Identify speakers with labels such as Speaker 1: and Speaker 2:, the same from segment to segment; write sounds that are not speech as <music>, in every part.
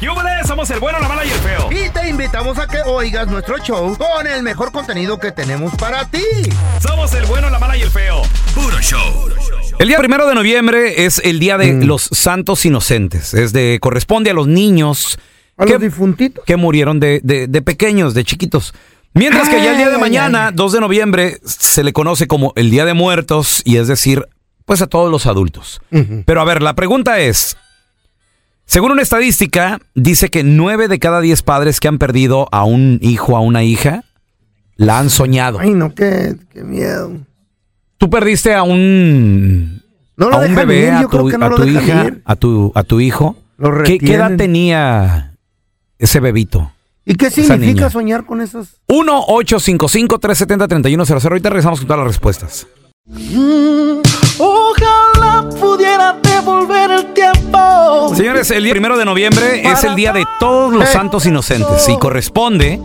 Speaker 1: ¡Yúbales! Somos el bueno, la mala y el feo.
Speaker 2: Y te invitamos a que oigas nuestro show con el mejor contenido que tenemos para ti.
Speaker 1: Somos el bueno, la mala y el feo. Puro show.
Speaker 3: El día primero de noviembre es el día
Speaker 2: Mm.
Speaker 3: de los santos inocentes. Es de, corresponde a los niños
Speaker 2: A los difuntitos.
Speaker 3: que murieron de, de- de pequeños, de chiquitos. Mientras que ya el día de
Speaker 2: Ay, ay,
Speaker 3: mañana, 2 de noviembre, se le conoce como el Día de Muertos, y es decir, pues a todos los adultos. Pero a ver, la pregunta es, según una estadística, dice que 9 de cada 10 padres que han perdido a un hijo, a una hija, la han soñado.
Speaker 2: Ay, no, qué, qué miedo.
Speaker 3: Tú perdiste a un,
Speaker 2: No lo
Speaker 3: a un
Speaker 2: dejan
Speaker 3: bebé,
Speaker 2: ir,
Speaker 3: a
Speaker 2: yo creo
Speaker 3: tu,
Speaker 2: que no
Speaker 3: a
Speaker 2: lo
Speaker 3: tu
Speaker 2: dejan
Speaker 3: hija,
Speaker 2: ir.
Speaker 3: a tu, a tu hijo.
Speaker 2: Lo
Speaker 3: ¿Qué- ¿Qué edad
Speaker 2: retienen.
Speaker 3: tenía ese bebito?
Speaker 2: ¿Y qué
Speaker 3: niña.
Speaker 2: significa soñar con esos?
Speaker 3: 1-855-370-3100. Ahorita regresamos con todas las respuestas.
Speaker 4: Ojalá pudiera devolver el tiempo.
Speaker 3: Señores, el día primero de noviembre es el día de todos los santos inocentes y corresponde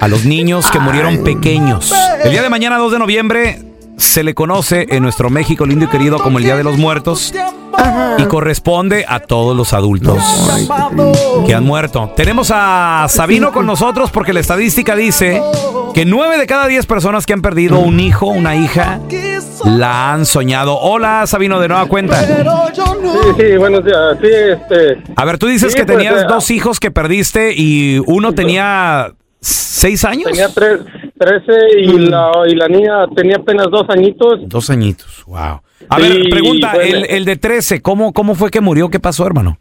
Speaker 3: a los niños que murieron pequeños. El día de mañana, 2 de noviembre, se le conoce en nuestro México lindo y querido como el Día de los Muertos y corresponde a todos los adultos que han muerto. Tenemos a Sabino con nosotros porque la estadística dice que 9 de cada 10 personas que han perdido un hijo, una hija, la han soñado. Hola, Sabino, de nueva cuenta.
Speaker 4: Pero yo no.
Speaker 5: Sí, buenos días. Sí, este.
Speaker 3: A ver, tú dices
Speaker 5: Sí,
Speaker 3: que
Speaker 5: pues,
Speaker 3: tenías
Speaker 5: eh,
Speaker 3: dos hijos que perdiste y uno tenía seis años.
Speaker 5: Tenía tres, 13 y,
Speaker 2: Mm.
Speaker 5: la, y la niña tenía apenas dos añitos.
Speaker 3: Dos añitos, wow. A
Speaker 5: Sí,
Speaker 3: ver, pregunta,
Speaker 5: bueno.
Speaker 3: el, el de 13, ¿cómo, ¿cómo fue que murió? ¿Qué pasó, hermano?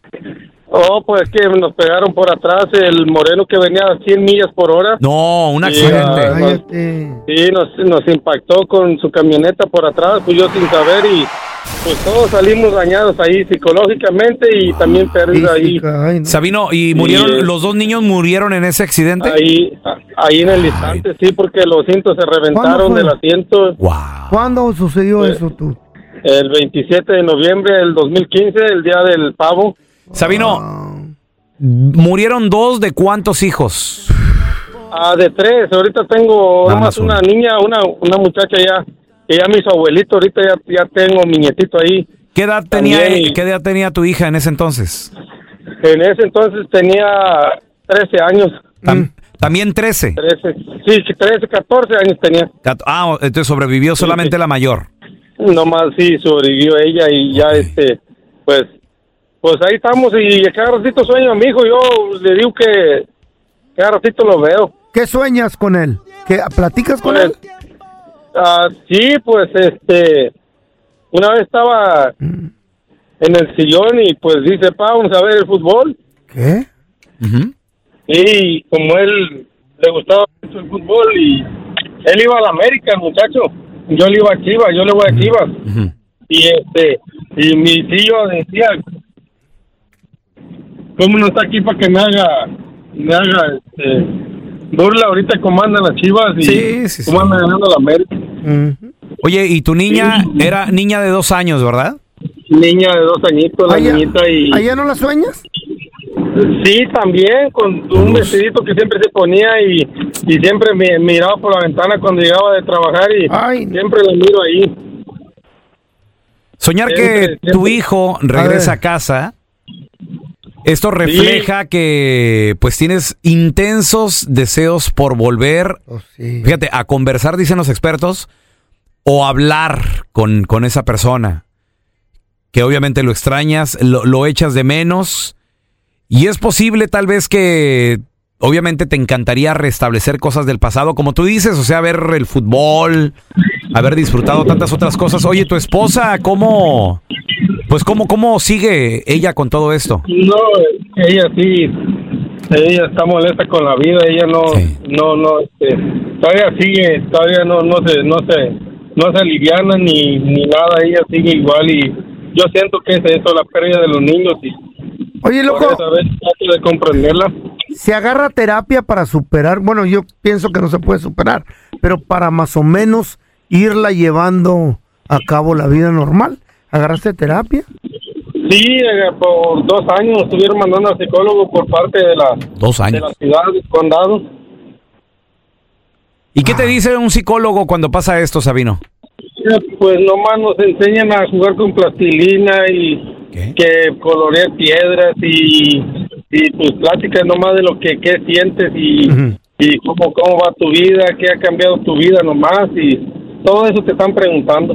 Speaker 5: Oh, pues que nos pegaron por atrás el moreno que venía a 100 millas por hora.
Speaker 3: No, un
Speaker 5: Sí,
Speaker 3: accidente.
Speaker 5: ah,
Speaker 2: Cállate.
Speaker 5: Y nos, nos impactó con su camioneta por atrás, pues yo sin saber y pues todos salimos dañados ahí psicológicamente y también pérdida ahí.
Speaker 2: Física, ay, no.
Speaker 3: Sabino, ¿y murieron,
Speaker 5: Sí.
Speaker 3: los dos niños murieron en ese accidente?
Speaker 5: Ahí, a- ahí en el instante, sí, porque los cintos se
Speaker 2: ¿Cuándo
Speaker 5: reventaron
Speaker 2: fue?
Speaker 5: del asiento
Speaker 3: Wow.
Speaker 2: ¿Cuándo sucedió
Speaker 5: Pues-
Speaker 2: eso tú?
Speaker 5: el 27 de noviembre del 2015, el día del pavo.
Speaker 3: Sabino,
Speaker 2: Ah,
Speaker 3: ¿murieron dos de cuántos hijos?
Speaker 5: Ah, de tres. Ahorita tengo
Speaker 3: Nada más
Speaker 5: más una
Speaker 3: uno.
Speaker 5: niña, una, una muchacha ya, que ya me hizo abuelito. Ahorita ya, ya tengo mi nietito ahí.
Speaker 3: ¿Qué edad, tenía,
Speaker 5: También.
Speaker 3: ¿Qué edad tenía tu hija en ese entonces?
Speaker 5: En ese entonces tenía 13 años.
Speaker 3: Tam- También 13.
Speaker 5: 13, sí, 13, 14 años tenía.
Speaker 3: Ah, entonces sobrevivió solamente la mayor.
Speaker 5: Nomás sí sobrevivió ella y ya
Speaker 3: Ok.
Speaker 5: este, pues, pues ahí estamos y cada ratito sueño a mi hijo. Yo le digo que cada ratito lo veo.
Speaker 2: ¿Qué sueñas con él? ¿Qué platicas con
Speaker 5: Pues,
Speaker 2: él?
Speaker 5: ah, sí, pues este, una vez estaba en el sillón y pues dice, pa, vamos a ver el fútbol.
Speaker 2: ¿Qué?
Speaker 3: Ujú.
Speaker 5: Y como él le gustaba mucho el fútbol y él iba a la América, el muchacho. Yo le iba a Chivas, yo le voy a Chivas.
Speaker 3: Ujú.
Speaker 5: Y este, y mi tío decía, ¿cómo no está aquí para que me haga, me haga este, burla ahorita como andan las Chivas y
Speaker 3: Sí, sí, sí.
Speaker 5: cómo andan ganando la América?
Speaker 2: Ujú.
Speaker 3: Oye, y tu niña era niña de dos años, ¿verdad?
Speaker 5: niña de dos añitos, la
Speaker 2: ¿A ella-
Speaker 5: niñita y
Speaker 2: ¿A ella no la sueñas?
Speaker 5: sí también con un vestidito que siempre se ponía y, y siempre me miraba por la ventana cuando llegaba de trabajar y
Speaker 2: Ay.
Speaker 5: siempre la miro ahí.
Speaker 3: Soñar
Speaker 5: Siempre,
Speaker 3: que
Speaker 5: siempre.
Speaker 3: tu hijo regresa a,
Speaker 2: A ver.
Speaker 3: casa, esto refleja que pues tienes intensos deseos por volver,
Speaker 2: Oh, sí.
Speaker 3: fíjate, a conversar, dicen los expertos, o hablar con, con esa persona, que obviamente lo extrañas, lo, lo echas de menos, y es posible tal vez que... Obviamente te encantaría restablecer cosas del pasado, como tú dices, o sea, ver el fútbol, haber disfrutado tantas otras cosas. Oye, tu esposa, ¿cómo? Pues, ¿cómo, cómo sigue ella con todo esto?
Speaker 5: No, ella sí, ella está molesta con la vida, ella no,
Speaker 3: Sí.
Speaker 5: no, no, este, todavía sigue, todavía no, no se, no se, no se aliviana ni, ni nada, ella sigue igual y yo siento que es eso, la pérdida de los niños y
Speaker 2: Oye,
Speaker 5: por
Speaker 2: loco,
Speaker 5: esa vez trato de comprenderla.
Speaker 2: se agarra terapia para superar, bueno, yo pienso que no se puede superar, pero para más o menos irla llevando a cabo la vida normal. ¿Agarraste terapia?
Speaker 5: Sí, eh, por dos años estuvieron mandando al psicólogo por parte de la,
Speaker 3: Dos
Speaker 5: de la
Speaker 3: años.
Speaker 5: ciudad, del condado.
Speaker 3: ¿Y qué te dice un psicólogo cuando pasa esto, Sabino?
Speaker 5: Eh, Pues nomás nos enseñan a jugar con plastilina y
Speaker 3: ¿Qué?
Speaker 5: que colorear piedras y y tus pláticas nomás de lo que qué sientes y, y cómo, cómo va tu vida, qué ha cambiado tu vida nomás y todo eso te están preguntando.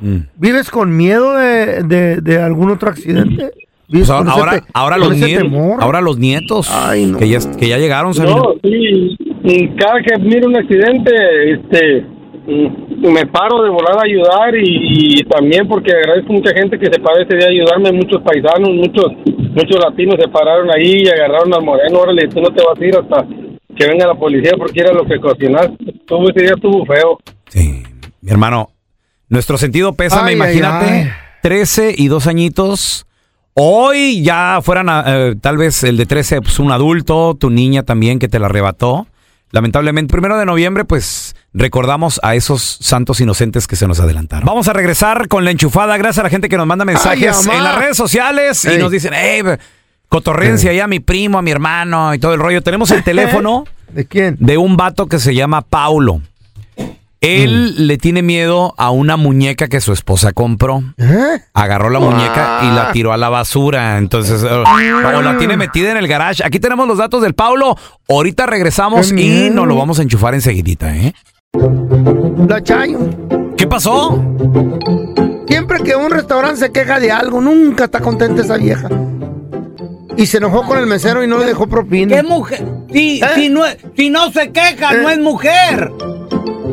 Speaker 3: Mm.
Speaker 2: ¿Vives con miedo de, de- de algún otro accidente? ¿Vives
Speaker 3: Pues ahora,
Speaker 2: con ese
Speaker 3: ahora,
Speaker 2: te-
Speaker 3: ahora
Speaker 2: con
Speaker 3: los
Speaker 2: ese
Speaker 3: nietos,
Speaker 2: temor?
Speaker 3: ahora los nietos
Speaker 2: Ay, no.
Speaker 3: que, ya, que ya llegaron, Samira.
Speaker 5: No, sí, y cada que miro un accidente, este, mm, me paro de volar a ayudar y, y también porque agradezco a mucha gente que se parece de ayudarme, muchos paisanos, muchos muchos latinos se pararon ahí y agarraron al moreno, órale, tú no te vas a ir hasta que venga la policía porque era lo que cocinaste, estuvo ese día estuvo feo.
Speaker 3: Sí, mi hermano. Nuestro sentido
Speaker 2: Ay,
Speaker 3: pésame,
Speaker 2: ay,
Speaker 3: imagínate.
Speaker 2: ay.
Speaker 3: 13 y dos añitos. Hoy ya fueran, a- eh, tal vez el de 13, pues un adulto, tu niña también que te la arrebató. Lamentablemente, primero de noviembre, pues recordamos a esos santos inocentes que se nos adelantaron. Vamos a regresar con la enchufada. Gracias a la gente que nos manda mensajes
Speaker 2: mamá.
Speaker 3: en las redes sociales y
Speaker 2: Ey.
Speaker 3: nos dicen, hey, cotorrencia ya a mi primo, a mi hermano y todo el rollo. Tenemos
Speaker 2: <laughs>
Speaker 3: el teléfono
Speaker 2: ¿Eh? ¿De quién?
Speaker 3: de un vato que se llama Paulo. Él
Speaker 2: Mm.
Speaker 3: le tiene miedo a una muñeca que su esposa compró.
Speaker 2: ¿Eh?
Speaker 3: Agarró la muñeca y
Speaker 2: Ah.
Speaker 3: la tiró a la basura. Entonces, eh, o la tiene metida en el garage. Aquí tenemos los datos del Paulo. Ahorita regresamos
Speaker 2: Qué
Speaker 3: y
Speaker 2: miedo.
Speaker 3: nos lo vamos a enchufar enseguidita, ¿eh?
Speaker 2: La Chayo.
Speaker 3: ¿Qué pasó?
Speaker 2: Siempre que un restaurante se queja de algo, nunca está contenta esa vieja. Y se enojó con el mesero y no le dejó propina.
Speaker 6: ¿Qué mujer? Si,
Speaker 2: ¿Eh?
Speaker 6: si, no, es- si no se queja,
Speaker 2: Eh.
Speaker 6: no es mujer.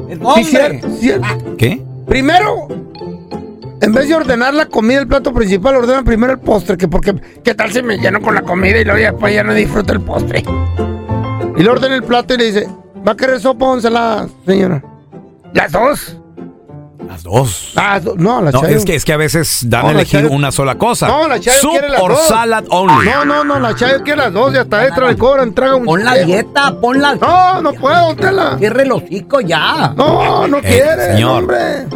Speaker 6: Es
Speaker 2: Sí,
Speaker 6: hombre.
Speaker 2: cierto, cierto.
Speaker 3: ¿Qué?
Speaker 2: Primero, en vez de ordenar la comida, el plato principal, ordenan primero el postre. Que porque, ¿Qué tal si me lleno con la comida y luego ya después ya no disfruto el postre? Y le ordena el plato y le dice, ¿va a querer sopa o ensalada, señora? Las dos.
Speaker 3: Las dos.
Speaker 2: Ah, do- no, las
Speaker 3: No, es que, es que a veces dan
Speaker 2: No,
Speaker 3: a
Speaker 2: la
Speaker 3: elegir
Speaker 2: Chayo-
Speaker 3: una sola cosa.
Speaker 2: No, la Chayo
Speaker 3: Soup
Speaker 2: quiere las
Speaker 3: or
Speaker 2: dos.
Speaker 3: salad only.
Speaker 2: No, no, no, la chayo quiere las dos y hasta extra le cobran, traga un...
Speaker 6: Pon la dieta, pon la.
Speaker 2: No, no puedo, tela.
Speaker 6: Cierre el hocico ya.
Speaker 2: No, no quiere,
Speaker 3: Eh, señor.
Speaker 2: hombre.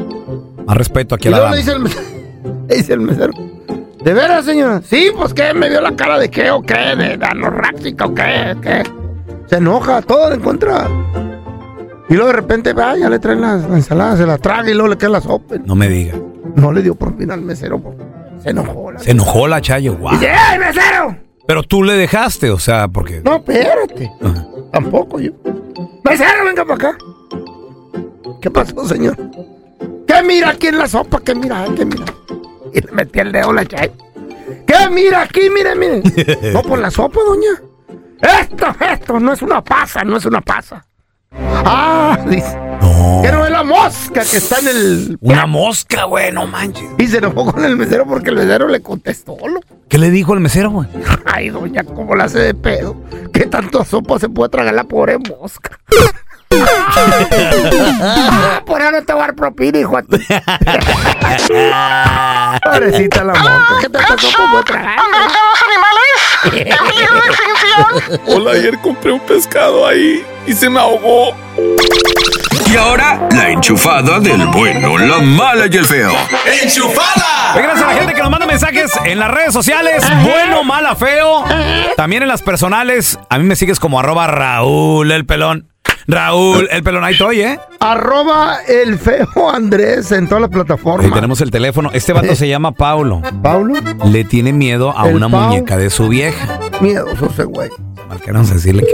Speaker 3: Más respeto aquí
Speaker 2: Y
Speaker 3: a la
Speaker 2: luego le
Speaker 3: dama.
Speaker 2: dice el mesero, <laughs> le dice el mesero, ¿de veras, señora? Sí, pues, ¿qué? ¿Me vio la cara de qué o qué? ¿De anoráxica o qué? ¿Qué? Se enoja, todo le encuentra. Y luego de repente, va, ya le traen las ensaladas, se la traga y luego le queda la sopa.
Speaker 3: No me diga.
Speaker 2: No le dio por fin al mesero, po. se enojó. La...
Speaker 3: Se enojó la Chayo. guau.
Speaker 2: Dice, ¡Ey, mesero!
Speaker 3: Pero tú le dejaste, o sea, porque...
Speaker 2: No, espérate.
Speaker 3: Ajá.
Speaker 2: Tampoco yo. Mesero, venga para acá. ¿Qué pasó, señor? ¿Qué mira aquí en la sopa? ¿Qué mira? ¿Qué mira? Y le metí el dedo a la chay. ¿Qué mira aquí? Mire, mire. No, por la sopa, doña. Esto, esto, no es una pasa, no es una pasa. Ah, dice.
Speaker 3: No.
Speaker 2: Que no es la mosca que está en el...
Speaker 3: Una mosca, güey, no manches.
Speaker 2: Y se enojó con el mesero porque el mesero le contestó, loco.
Speaker 3: ¿Qué le dijo el mesero, güey?
Speaker 2: Ay, doña, ¿cómo la hace de pedo? ¿Qué tanto sopa se puede tragar la pobre mosca? Ah, Por ahora no te voy a dar propina, hijo. de tu- <laughs> Pobrecita la mosca. Ah, ¿Qué tanta sopa puede tragar?
Speaker 1: Hola, ayer compré un pescado ahí y se me ahogó. Y ahora, la enchufada del bueno, la mala y el feo. ¡Enchufada!
Speaker 3: Gracias a la gente que nos manda mensajes en las redes sociales. Bueno, mala, feo. También en las personales. A mí me sigues como arroba Raúl el pelón. Raúl el pelón. Ahí estoy, ¿eh?
Speaker 2: Arroba el feo Andrés en todas las
Speaker 3: Ahí
Speaker 2: plataformas.
Speaker 3: tenemos el teléfono. Este vato se llama Paulo.
Speaker 2: Pablo,
Speaker 3: Le tiene miedo a
Speaker 2: El
Speaker 3: una
Speaker 2: Pau.
Speaker 3: muñeca de su vieja.
Speaker 2: miedoso ese güey.
Speaker 3: Marcaron a decirle que...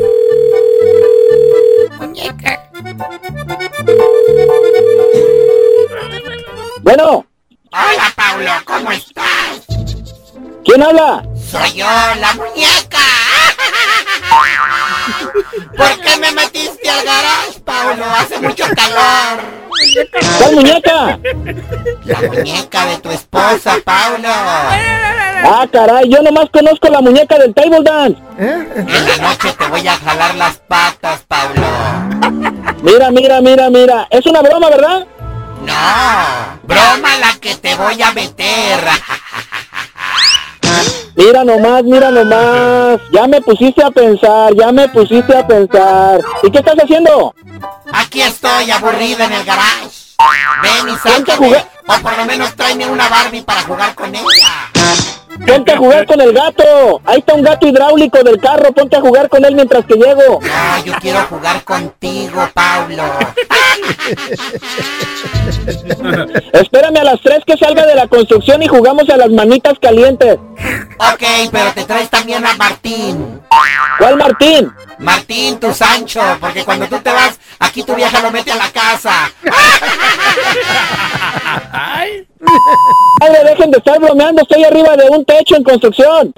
Speaker 7: Bueno. Hola, Paulo, ¿cómo estás? ¿Quién habla?
Speaker 8: ¿Por qué me metiste al garage, Paulo? Hace mucho calor.
Speaker 7: ¿Cuál muñeca?
Speaker 8: La muñeca de tu esposa, Paulo.
Speaker 7: Ah, caray, yo nomás conozco la muñeca del table dance.
Speaker 2: ¿Eh?
Speaker 8: En la noche te voy a jalar las patas, Paulo.
Speaker 7: Mira, mira, mira, mira. Es una broma, ¿verdad?
Speaker 8: No, broma la que te voy a meter.
Speaker 7: Mira nomás, mira nomás. Ya me pusiste a pensar, ya me pusiste a pensar. ¿Y qué estás haciendo?
Speaker 8: Aquí estoy aburrida en el garage. Ven y
Speaker 7: Ponte a
Speaker 8: sácame.
Speaker 7: jugar.
Speaker 8: O por lo menos tráeme una Barbie para jugar con ella.
Speaker 7: Ponte a jugar con el gato. Ahí está un gato hidráulico del carro. Ponte a jugar con él mientras que llego.
Speaker 8: No, yo quiero jugar contigo, Pablo.
Speaker 7: Espérame a las 3 que salga de la construcción y jugamos a las manitas calientes.
Speaker 8: Ok, pero te traes también a Martín.
Speaker 7: ¿Cuál Martín?
Speaker 8: Martín, tu Sancho, porque cuando tú te vas, aquí tu vieja lo mete a la casa.
Speaker 7: Padre, dejen de estar bromeando. Estoy arriba de un techo en construcción.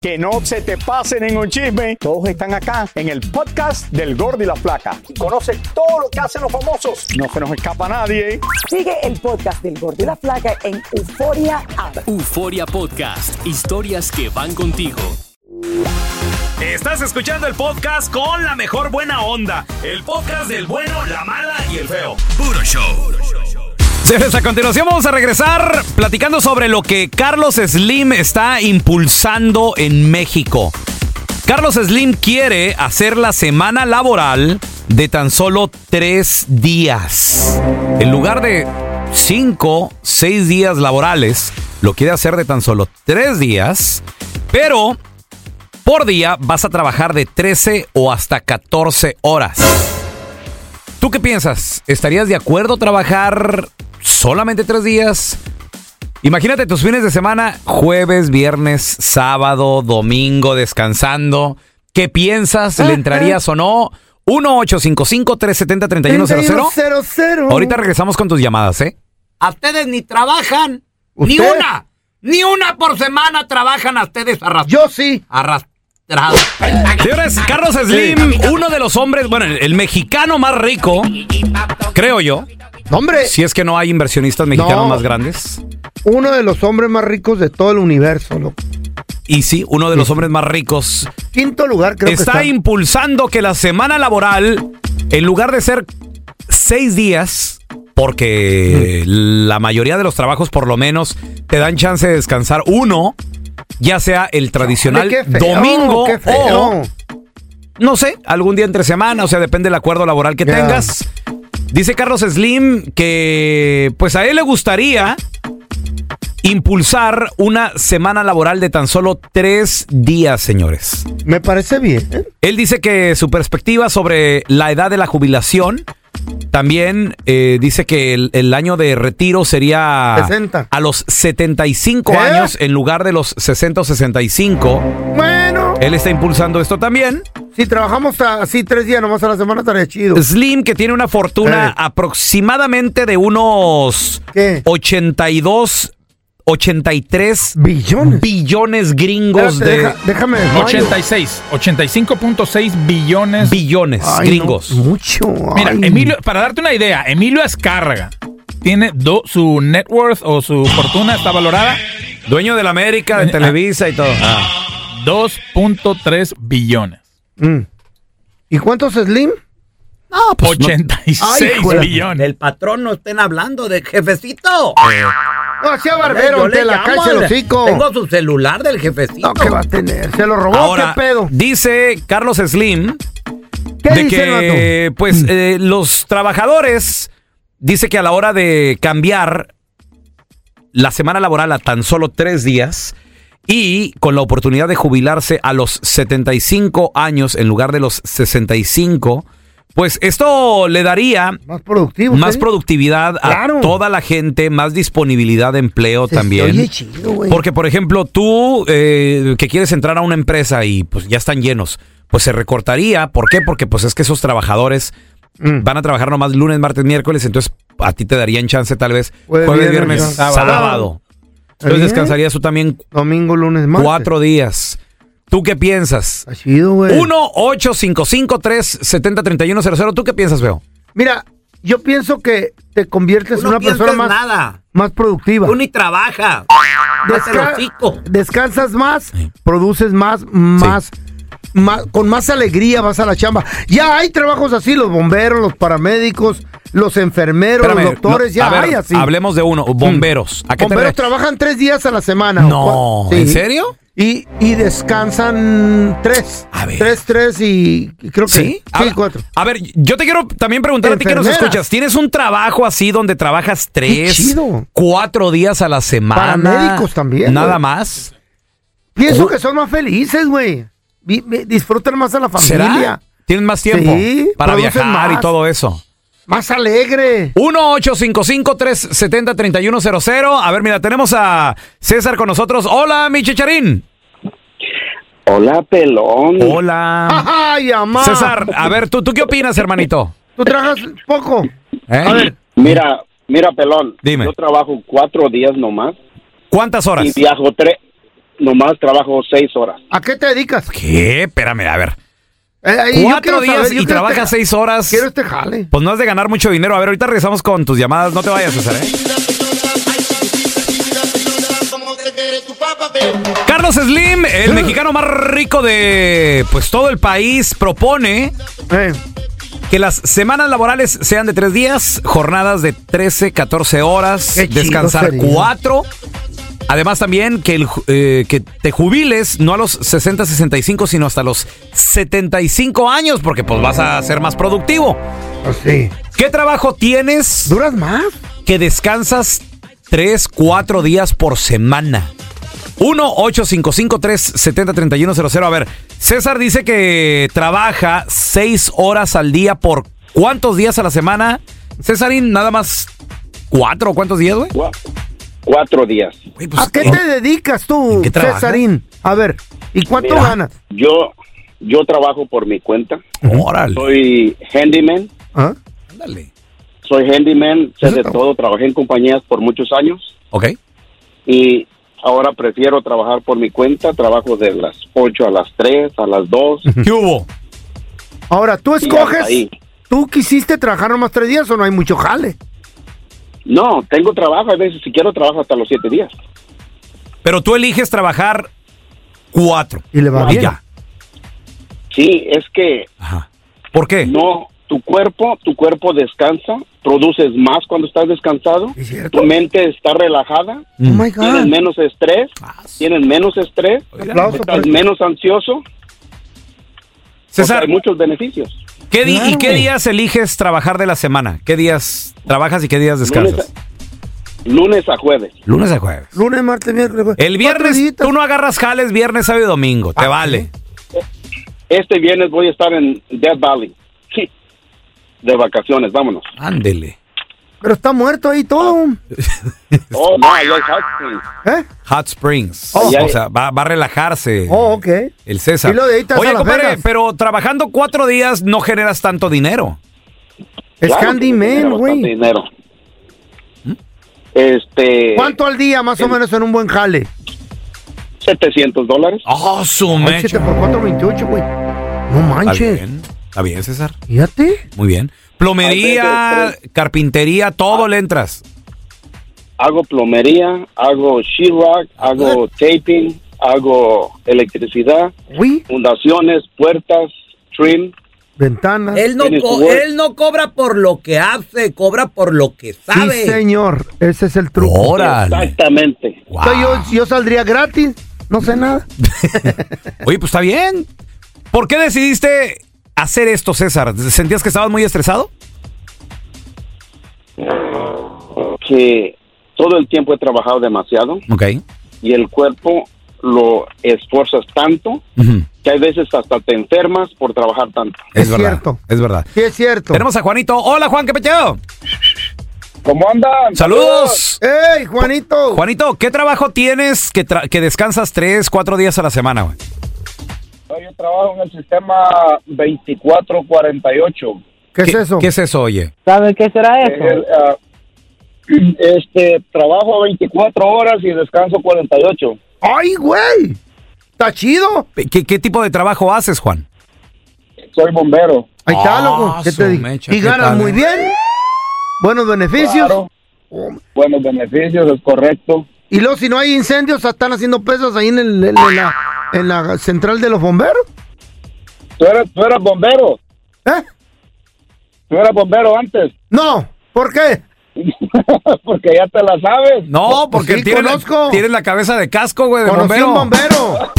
Speaker 9: Que no se te pase ningún chisme. Todos están acá en el podcast del Gordi y la Flaca. Y conoce todo lo que hacen los famosos. No se nos escapa nadie.
Speaker 10: Sigue el podcast del Gordo y la Flaca en Euforia App.
Speaker 11: Euforia Podcast, historias que van contigo.
Speaker 1: Estás escuchando el podcast con la mejor buena onda. El podcast del bueno, la mala y el feo. Puro show.
Speaker 3: Señores, a continuación vamos a regresar platicando sobre lo que Carlos Slim está impulsando en México. Carlos Slim quiere hacer la semana laboral de tan solo tres días. En lugar de cinco, seis días laborales, lo quiere hacer de tan solo tres días, pero por día vas a trabajar de 13 o hasta 14 horas. ¿Tú qué piensas? ¿Estarías de acuerdo trabajar solamente tres días? Imagínate tus fines de semana, jueves, viernes, sábado, domingo, descansando. ¿Qué piensas? ¿Le entrarías o no? 1-855-370-3100. Ahorita regresamos con tus llamadas, ¿eh?
Speaker 6: A ustedes ni trabajan. Ni
Speaker 3: ¿Usted?
Speaker 6: una. Ni una por semana trabajan a ustedes arrastrados.
Speaker 2: Yo sí.
Speaker 6: Arrastrados.
Speaker 3: Señores, Carlos Slim, uno de los hombres, bueno, el, el mexicano más rico, creo yo.
Speaker 2: Hombre.
Speaker 3: Si es que no hay inversionistas mexicanos
Speaker 2: No.
Speaker 3: más grandes.
Speaker 2: Uno de los hombres más ricos de todo el universo, loco.
Speaker 3: Y sí, uno de los hombres más ricos.
Speaker 2: Quinto lugar, creo
Speaker 3: está
Speaker 2: que está.
Speaker 3: impulsando que la semana laboral, en lugar de ser seis días, porque
Speaker 2: Mm.
Speaker 3: la mayoría de los trabajos por lo menos te dan chance de descansar uno, ya sea el tradicional
Speaker 2: Hombre, qué feo,
Speaker 3: domingo
Speaker 2: qué feo.
Speaker 3: o no sé, algún día entre semana, o sea, depende del acuerdo laboral que
Speaker 2: Ya.
Speaker 3: tengas. Dice Carlos Slim que pues a él le gustaría impulsar una semana laboral de tan solo tres días, señores.
Speaker 2: Me parece bien. ¿eh?
Speaker 3: Él dice que su perspectiva sobre la edad de la jubilación, también eh, dice que el, el año de retiro sería
Speaker 2: 60.
Speaker 3: a los 75
Speaker 2: ¿Qué?
Speaker 3: años en lugar de los 60 o 65.
Speaker 2: Bueno,
Speaker 3: Él está impulsando esto también.
Speaker 2: si trabajamos así tres días nomás a la semana, estaría chido.
Speaker 3: Slim, que tiene una fortuna
Speaker 2: Eh.
Speaker 3: aproximadamente de unos
Speaker 2: ¿Qué?
Speaker 3: 82, 83
Speaker 2: Billones.
Speaker 3: billones gringos
Speaker 2: Espérate,
Speaker 3: de...
Speaker 2: deja- déjame. desmayo.
Speaker 12: 86, 85.6 billones.
Speaker 3: Billones
Speaker 2: Ay,
Speaker 3: gringos.
Speaker 2: no, mucho.
Speaker 12: Mira,
Speaker 2: ay.
Speaker 12: Emilio, para darte una idea, Emilio Azcárraga tiene do- su net worth o su fortuna está valorada
Speaker 3: Dueño de la América, de
Speaker 12: Ah.
Speaker 3: Televisa y todo.
Speaker 12: 2.3 billones.
Speaker 2: Mm. ¿Y cuántos Slim? Ah,
Speaker 6: No, pues no.
Speaker 12: 86
Speaker 2: Ay, hijo de-
Speaker 12: billones.
Speaker 6: Del patrón no estén hablando, del jefecito. Pues
Speaker 2: No, hacía
Speaker 6: Yo
Speaker 2: barbero,
Speaker 6: le
Speaker 2: te Ah, la
Speaker 6: llamo
Speaker 2: cacha el
Speaker 6: al-
Speaker 2: hocico.
Speaker 6: Tengo su celular del jefecito.
Speaker 2: No, ¿qué va a tener? ¿Se lo robó?
Speaker 3: Ahora,
Speaker 2: ¿Qué pedo?
Speaker 3: dice Carlos Slim
Speaker 2: ¿Qué
Speaker 3: de
Speaker 2: dice Mm. el
Speaker 3: que pues eh, los trabajadores dice que a la hora de cambiar la semana laboral a tan solo tres días y con la oportunidad de jubilarse a los 75 años en lugar de los 65, pues esto le daría
Speaker 2: vato? Más productivo.
Speaker 3: más
Speaker 2: ¿sí?
Speaker 3: productividad a
Speaker 2: Claro.
Speaker 3: toda la gente, más disponibilidad de empleo
Speaker 2: Se- se
Speaker 3: también.
Speaker 2: oye chido, güey.
Speaker 3: Porque, por ejemplo, tú eh, que quieres entrar a una empresa y pues ya están llenos, pues se recortaría. ¿Por qué? Porque pues es que esos trabajadores
Speaker 2: Mm.
Speaker 3: van a trabajar nomás lunes, martes, miércoles, entonces a ti te darían chance tal vez
Speaker 2: Jueves,
Speaker 3: jueves,
Speaker 2: viernes,
Speaker 3: viernes,
Speaker 2: sábado.
Speaker 3: sábado. Entonces
Speaker 2: Bien.
Speaker 3: descansarías tú también
Speaker 2: Domingo, lunes, martes.
Speaker 3: cuatro días. ¿Tú qué piensas?
Speaker 2: Está chido, güey.
Speaker 3: 1-855-370-3100. ¿Tú qué piensas, Veo?
Speaker 2: Mira, yo pienso que te conviertes
Speaker 6: Tú no
Speaker 2: en una persona
Speaker 6: piensas
Speaker 2: más,
Speaker 6: nada.
Speaker 2: más productiva.
Speaker 6: Tú ni trabajas.
Speaker 2: Desca-
Speaker 6: el hocico.
Speaker 2: Descansas más, produces más, más, más- con más alegría vas a la chamba. Ya hay trabajos así, los bomberos, los paramédicos, los enfermeros,
Speaker 3: Espérame,
Speaker 2: los doctores,
Speaker 3: no,
Speaker 2: ya
Speaker 3: a ver,
Speaker 2: hay así.
Speaker 3: Hablemos de uno, bomberos. ¿A qué te
Speaker 2: Bomberos
Speaker 3: refieres?
Speaker 2: trabajan tres días a la semana.
Speaker 3: No,
Speaker 2: o cua-
Speaker 3: ¿en serio?
Speaker 2: Y, y descansan tres. Tres, tres y y creo que
Speaker 3: ¿Sí? A, ver,
Speaker 2: cuatro.
Speaker 3: a ver, yo te quiero también preguntar a ti que nos
Speaker 2: Enfermeras.
Speaker 3: escuchas. ¿Tienes un trabajo así donde trabajas tres, cuatro días a la semana?
Speaker 2: Paramédicos también,
Speaker 3: Nada
Speaker 2: güey.
Speaker 3: más.
Speaker 2: Pienso
Speaker 3: Uy.
Speaker 2: que son más felices, güey. Vi- vi- Disfrutan más a la familia.
Speaker 3: ¿Será? ¿Tienes más tiempo
Speaker 2: Sí,
Speaker 3: para
Speaker 2: producen
Speaker 3: viajar y
Speaker 2: más.
Speaker 3: todo eso?
Speaker 2: Más alegre.
Speaker 3: 1-855-370-3100. A ver, mira, tenemos a César con nosotros. Hola, mi chicharín.
Speaker 5: Hola, pelón.
Speaker 3: Hola.
Speaker 2: ¡Ay, amá!
Speaker 3: César, a ver, ¿tú, ¿tú qué opinas, hermanito?
Speaker 2: ¿Tú trabajas poco?
Speaker 3: ¿Eh?
Speaker 5: Mira, mira, pelón.
Speaker 3: Dime.
Speaker 5: Yo trabajo cuatro días nomás.
Speaker 3: ¿Cuántas horas?
Speaker 5: Y viajo tres. Nomás trabajo seis horas.
Speaker 2: ¿A qué te dedicas?
Speaker 3: ¿Qué? Espérame, a ver.
Speaker 2: Eh, yo
Speaker 3: Cuatro
Speaker 2: quiero
Speaker 3: días
Speaker 2: saber, yo
Speaker 3: y
Speaker 2: quiero
Speaker 3: trabajas
Speaker 2: este-
Speaker 3: seis horas.
Speaker 2: Quiero este jale.
Speaker 3: Pues no has de ganar mucho dinero. A ver, ahorita regresamos con tus llamadas. No te vayas, César, ¿eh? Carlos Slim,
Speaker 2: <laughs>
Speaker 3: el mexicano más rico de pues todo el país, propone
Speaker 2: Eh,
Speaker 3: que las semanas laborales sean de tres días, jornadas de 13, 14 horas,
Speaker 2: Qué chido
Speaker 3: descansar
Speaker 2: sería.
Speaker 3: cuatro. Además también que, el, ju- eh, que te jubiles no a los 60, 65, sino hasta los 75 años, porque pues vas a ser más productivo.
Speaker 2: pues Sí.
Speaker 3: ¿Qué trabajo tienes?
Speaker 2: ¿Duras más?
Speaker 3: Que descansas 3, 4 días por semana. 1-855-370-3100. A ver, César dice que trabaja 6 horas al día por cuántos días a la semana. Césarín, nada más 4 o cuántos días, güey? pues
Speaker 5: Cuatro días.
Speaker 2: ¿A qué te dedicas tú,
Speaker 5: qué trabajas?
Speaker 2: Cesarín? A ver, ¿y cuánto
Speaker 5: Mira,
Speaker 2: ganas?
Speaker 5: Yo, yo trabajo por mi cuenta.
Speaker 3: Oh, Órale.
Speaker 5: Soy handyman.
Speaker 2: ¿Ah?
Speaker 5: Soy handyman. Sé de todo. Trabajé en compañías por muchos años.
Speaker 3: Ok.
Speaker 5: Y ahora prefiero trabajar por mi cuenta. Trabajo de las ocho a las tres, a las dos.
Speaker 3: ¿Qué hubo?
Speaker 2: Ahora, ¿tú
Speaker 5: Sí,
Speaker 2: escoges?
Speaker 5: hasta ahí.
Speaker 2: ¿Tú quisiste trabajar nomás tres días o no hay mucho jale?
Speaker 5: No, tengo trabajo. A veces, si quiero, trabajo hasta los siete días.
Speaker 3: Pero tú eliges trabajar 4.
Speaker 2: Y le
Speaker 5: va bien.
Speaker 3: ya.
Speaker 5: Sí, es que.
Speaker 3: ¿Por qué?
Speaker 5: No, tu cuerpo, tu cuerpo descansa, produces más cuando estás descansado, tu mente está relajada,
Speaker 2: Oh my
Speaker 5: tienes
Speaker 2: God.
Speaker 5: menos estrés, tienes menos estrés,
Speaker 2: Aplauso para
Speaker 5: estás
Speaker 2: ti.
Speaker 5: menos ansioso. César, hay muchos beneficios.
Speaker 3: ¿Qué di- ¿Y
Speaker 5: Claro.
Speaker 3: qué días eliges trabajar de la semana? ¿Qué días trabajas y qué días descansas?
Speaker 5: Lunes a jueves.
Speaker 3: Lunes a jueves.
Speaker 2: Lunes, martes, miércoles.
Speaker 3: El viernes, tú no agarras jales viernes, sábado y domingo.
Speaker 2: Ah,
Speaker 3: Te vale.
Speaker 5: Este viernes voy a estar en Death Valley. Sí. De vacaciones, vámonos.
Speaker 3: Ándele.
Speaker 2: Pero está muerto ahí todo.
Speaker 5: Oh, no, allá hay hiking.
Speaker 2: ¿Eh?
Speaker 3: Hot Springs.
Speaker 2: Oh.
Speaker 3: O sea, va, va a relajarse
Speaker 2: Oh, ok.
Speaker 3: el César.
Speaker 2: Y lo de ahí te vas
Speaker 3: Oye,
Speaker 2: a Las
Speaker 3: compadre,
Speaker 2: Vegas.
Speaker 3: pero trabajando cuatro días no generas tanto dinero.
Speaker 2: Es
Speaker 5: Claro que genera
Speaker 2: handyman,
Speaker 5: bastante
Speaker 2: güey.
Speaker 5: dinero. Este.
Speaker 2: ¿Cuánto al día más o
Speaker 5: el-
Speaker 2: menos en un buen jale?
Speaker 5: 700 dólares.
Speaker 3: Oh, su
Speaker 2: Ay, siete por 4, 28, güey. No manches.
Speaker 3: Está bien, está bien, César.
Speaker 2: Fíjate.
Speaker 3: Muy bien. Plomería, carpintería, todo le entras.
Speaker 5: Hago plomería, hago sheetrock, hago taping, hago electricidad, fundaciones, puertas, trim.
Speaker 2: Ventanas.
Speaker 13: Él no,
Speaker 5: Tienes
Speaker 13: co-
Speaker 5: tu voz.
Speaker 13: él no cobra por lo que hace, cobra por lo que sabe.
Speaker 2: Sí, señor. Ese es el truco.
Speaker 3: Oh,
Speaker 5: Exactamente.
Speaker 2: Entonces Yo, yo saldría gratis. No sé nada.
Speaker 3: Oye, pues está bien. ¿Por qué decidiste hacer esto, César? ¿Sentías que estabas muy estresado?
Speaker 5: Que todo el tiempo he trabajado demasiado
Speaker 3: Ok.
Speaker 5: y el cuerpo lo esfuerzas tanto que hay veces hasta te enfermas por trabajar tanto.
Speaker 3: Es, verdad. Cierto. Es verdad.
Speaker 2: Sí, es cierto.
Speaker 3: Tenemos a Juanito. Hola, Juan, ¿qué peteado?
Speaker 7: ¿Cómo andan?
Speaker 3: Saludos.
Speaker 2: ¡Ey, Juanito!
Speaker 3: Juanito, ¿qué trabajo tienes que, tra- que descansas tres, cuatro días a la semana? güey?
Speaker 7: Yo trabajo en el sistema 2448.
Speaker 2: ¿Qué, es eso?
Speaker 3: ¿Qué es eso, oye?
Speaker 7: ¿Saben qué será
Speaker 2: eso?
Speaker 5: Eh,
Speaker 7: ah, <clears throat> este, trabajo 24 horas y descanso 48.
Speaker 2: ¡Ay, güey! ¡Está chido!
Speaker 3: ¿Qué, qué tipo de trabajo haces, Juan?
Speaker 7: Soy bombero.
Speaker 2: Ahí está,
Speaker 3: Ah,
Speaker 2: loco. ¿Qué
Speaker 3: su
Speaker 2: te dije?
Speaker 3: mecha,
Speaker 2: Y
Speaker 3: ¿qué
Speaker 2: ganas
Speaker 3: tal,
Speaker 2: muy
Speaker 3: eh?
Speaker 2: bien. Buenos beneficios.
Speaker 7: Claro. Buenos beneficios, es correcto.
Speaker 2: Y luego, si no hay incendios, están haciendo pesos ahí en, el- en la, en la central de los bomberos.
Speaker 7: ¿Tú eras, tú eras bombero?
Speaker 2: ¿Eh?
Speaker 5: Tú eras bombero
Speaker 7: <laughs>
Speaker 5: antes.
Speaker 2: No, ¿por qué?
Speaker 5: Porque ya te la sabes.
Speaker 3: No, porque
Speaker 2: Oh, pues Sí,
Speaker 3: tiene, la,
Speaker 2: conozco.
Speaker 3: tiene la cabeza de casco, güey, de
Speaker 2: Conocí
Speaker 3: bombero.
Speaker 2: un
Speaker 3: <laughs>
Speaker 2: bombero.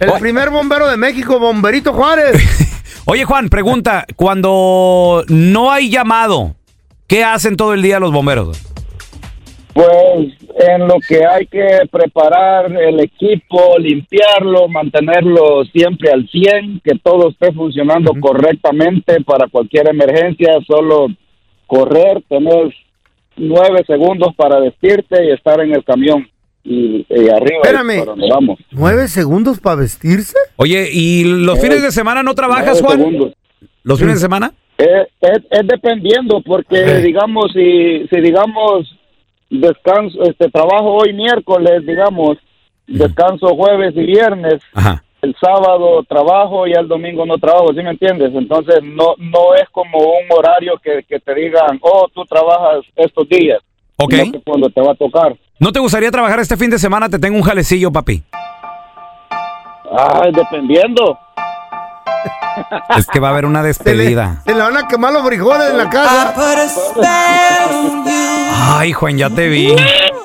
Speaker 2: El primer bombero de México, Bomberito Juárez.
Speaker 3: Oye, Juan, pregunta, cuando no hay llamado, ¿qué hacen todo el día los bomberos?
Speaker 5: Pues en lo que hay que preparar el equipo, limpiarlo, mantenerlo siempre al 100, que todo esté funcionando correctamente para cualquier emergencia, solo correr, tener nueve segundos para vestirte y estar en el camión y, y arriba.
Speaker 2: Espérame.
Speaker 5: para donde vamos.
Speaker 2: ¿Nueve segundos para vestirse?
Speaker 3: Oye, ¿y los
Speaker 5: Eh,
Speaker 3: fines de semana no trabajas, Juan?
Speaker 5: nueve segundos.
Speaker 3: ¿Los fines de semana?
Speaker 5: Eh, es, es dependiendo, porque digamos, si, si digamos, descanso, este trabajo hoy miércoles, digamos, descanso jueves y viernes, el sábado trabajo y el domingo no trabajo, ¿sí me entiendes? Entonces no no es como un horario que, que te digan, oh, tú trabajas estos días,
Speaker 3: Ok.
Speaker 5: sino que cuando te va a tocar.
Speaker 3: ¿No te gustaría trabajar este fin de semana? Te tengo un jalecillo, papi.
Speaker 5: Ay, Ah, dependiendo.
Speaker 3: Es que va a haber una despedida.
Speaker 2: Se le van a quemar los frijoles en la
Speaker 3: Ah,
Speaker 2: casa.
Speaker 3: Ay, Juan, ya te vi.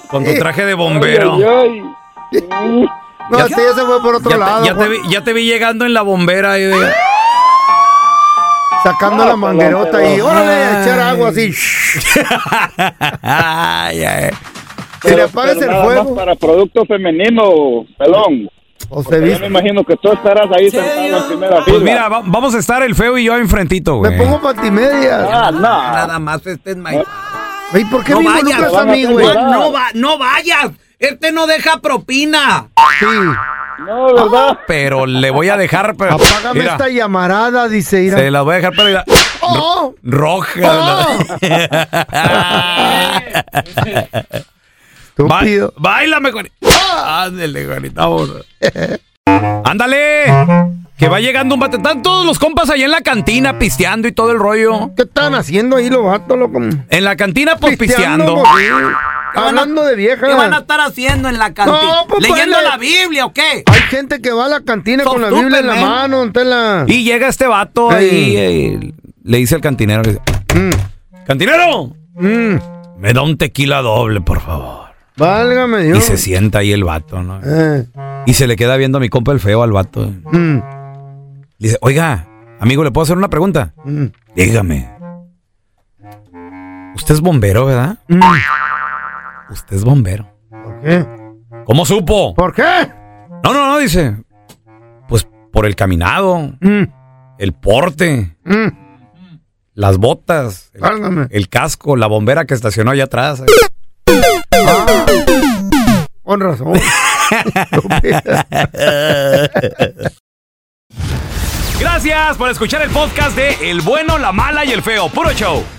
Speaker 3: Con tu traje de bombero.
Speaker 2: No, este ya se fue por otro
Speaker 3: pues, Ya te-
Speaker 2: lado.
Speaker 3: ya, te,
Speaker 2: Juan.
Speaker 3: vi, ya te vi llegando en la bombera. y de-
Speaker 2: Sacando la manguerota y órale, a Ah, echar agua así.
Speaker 3: Ay, ay.
Speaker 5: Si le apagas el fuego. Para producto femenino, pelón.
Speaker 2: O
Speaker 5: yo me imagino que tú estarás ahí sentado en la primera fila.
Speaker 3: Pues mira, va- vamos a estar el feo y yo enfrentito, güey.
Speaker 2: patimedias.
Speaker 5: Ah, no.
Speaker 14: Nada más este es maíz.
Speaker 2: ¿Y por
Speaker 14: no
Speaker 2: me
Speaker 14: vayas,
Speaker 2: involucras a mí, güey?
Speaker 14: Juan, no, va- no vayas. Este no deja propina.
Speaker 5: No, ¿verdad?
Speaker 3: Pero le voy a dejar. pero-
Speaker 2: Apágame
Speaker 3: mira,
Speaker 2: esta llamarada, dice Ira.
Speaker 3: Se la voy a dejar, pero.
Speaker 2: ¡Oh!
Speaker 3: Roja. <laughs> Estúpido. Báilame, Juanito.
Speaker 2: Ah.
Speaker 3: Ándale, Juanito. vámonos. Ándale. Que va llegando un bate. Están todos los compas ahí en la cantina pisteando y todo el rollo.
Speaker 2: ¿Qué están haciendo ahí los vatos, loco?
Speaker 3: En la cantina, pues pisteando.
Speaker 2: morir. Hablando de vieja.
Speaker 14: ¿Qué van a estar haciendo en la cantina?
Speaker 2: No, pues,
Speaker 14: ¿Leyendo
Speaker 2: ponle-
Speaker 14: la Biblia o qué?
Speaker 2: Hay gente que va a la cantina con la Biblia en la
Speaker 14: Superman.
Speaker 2: mano, en tela.
Speaker 3: Y llega este vato ahí, eh, le dice al cantinero, le dice,
Speaker 2: Mm,
Speaker 3: cantinero, me da un tequila doble, por favor.
Speaker 2: Válgame
Speaker 3: Y
Speaker 2: Dios.
Speaker 3: se sienta ahí el vato, ¿no?
Speaker 2: Eh,
Speaker 3: Y se le queda viendo a mi compa el feo al vato. Le
Speaker 2: mm,
Speaker 3: dice, oiga, amigo, ¿le puedo hacer una pregunta?
Speaker 2: mm.
Speaker 3: Dígame. Usted es bombero, ¿verdad? Usted es bombero.
Speaker 2: ¿Por qué?
Speaker 3: ¿Cómo supo?
Speaker 2: ¿Por qué?
Speaker 3: No, no, no, dice. Pues por el caminado, el porte, las botas, el-
Speaker 2: Válgame.
Speaker 3: el, casco, la bombera que estacionó allá atrás.
Speaker 2: Con razón.
Speaker 3: Gracias por escuchar el podcast de El Bueno, la Mala y el Feo. Puro show.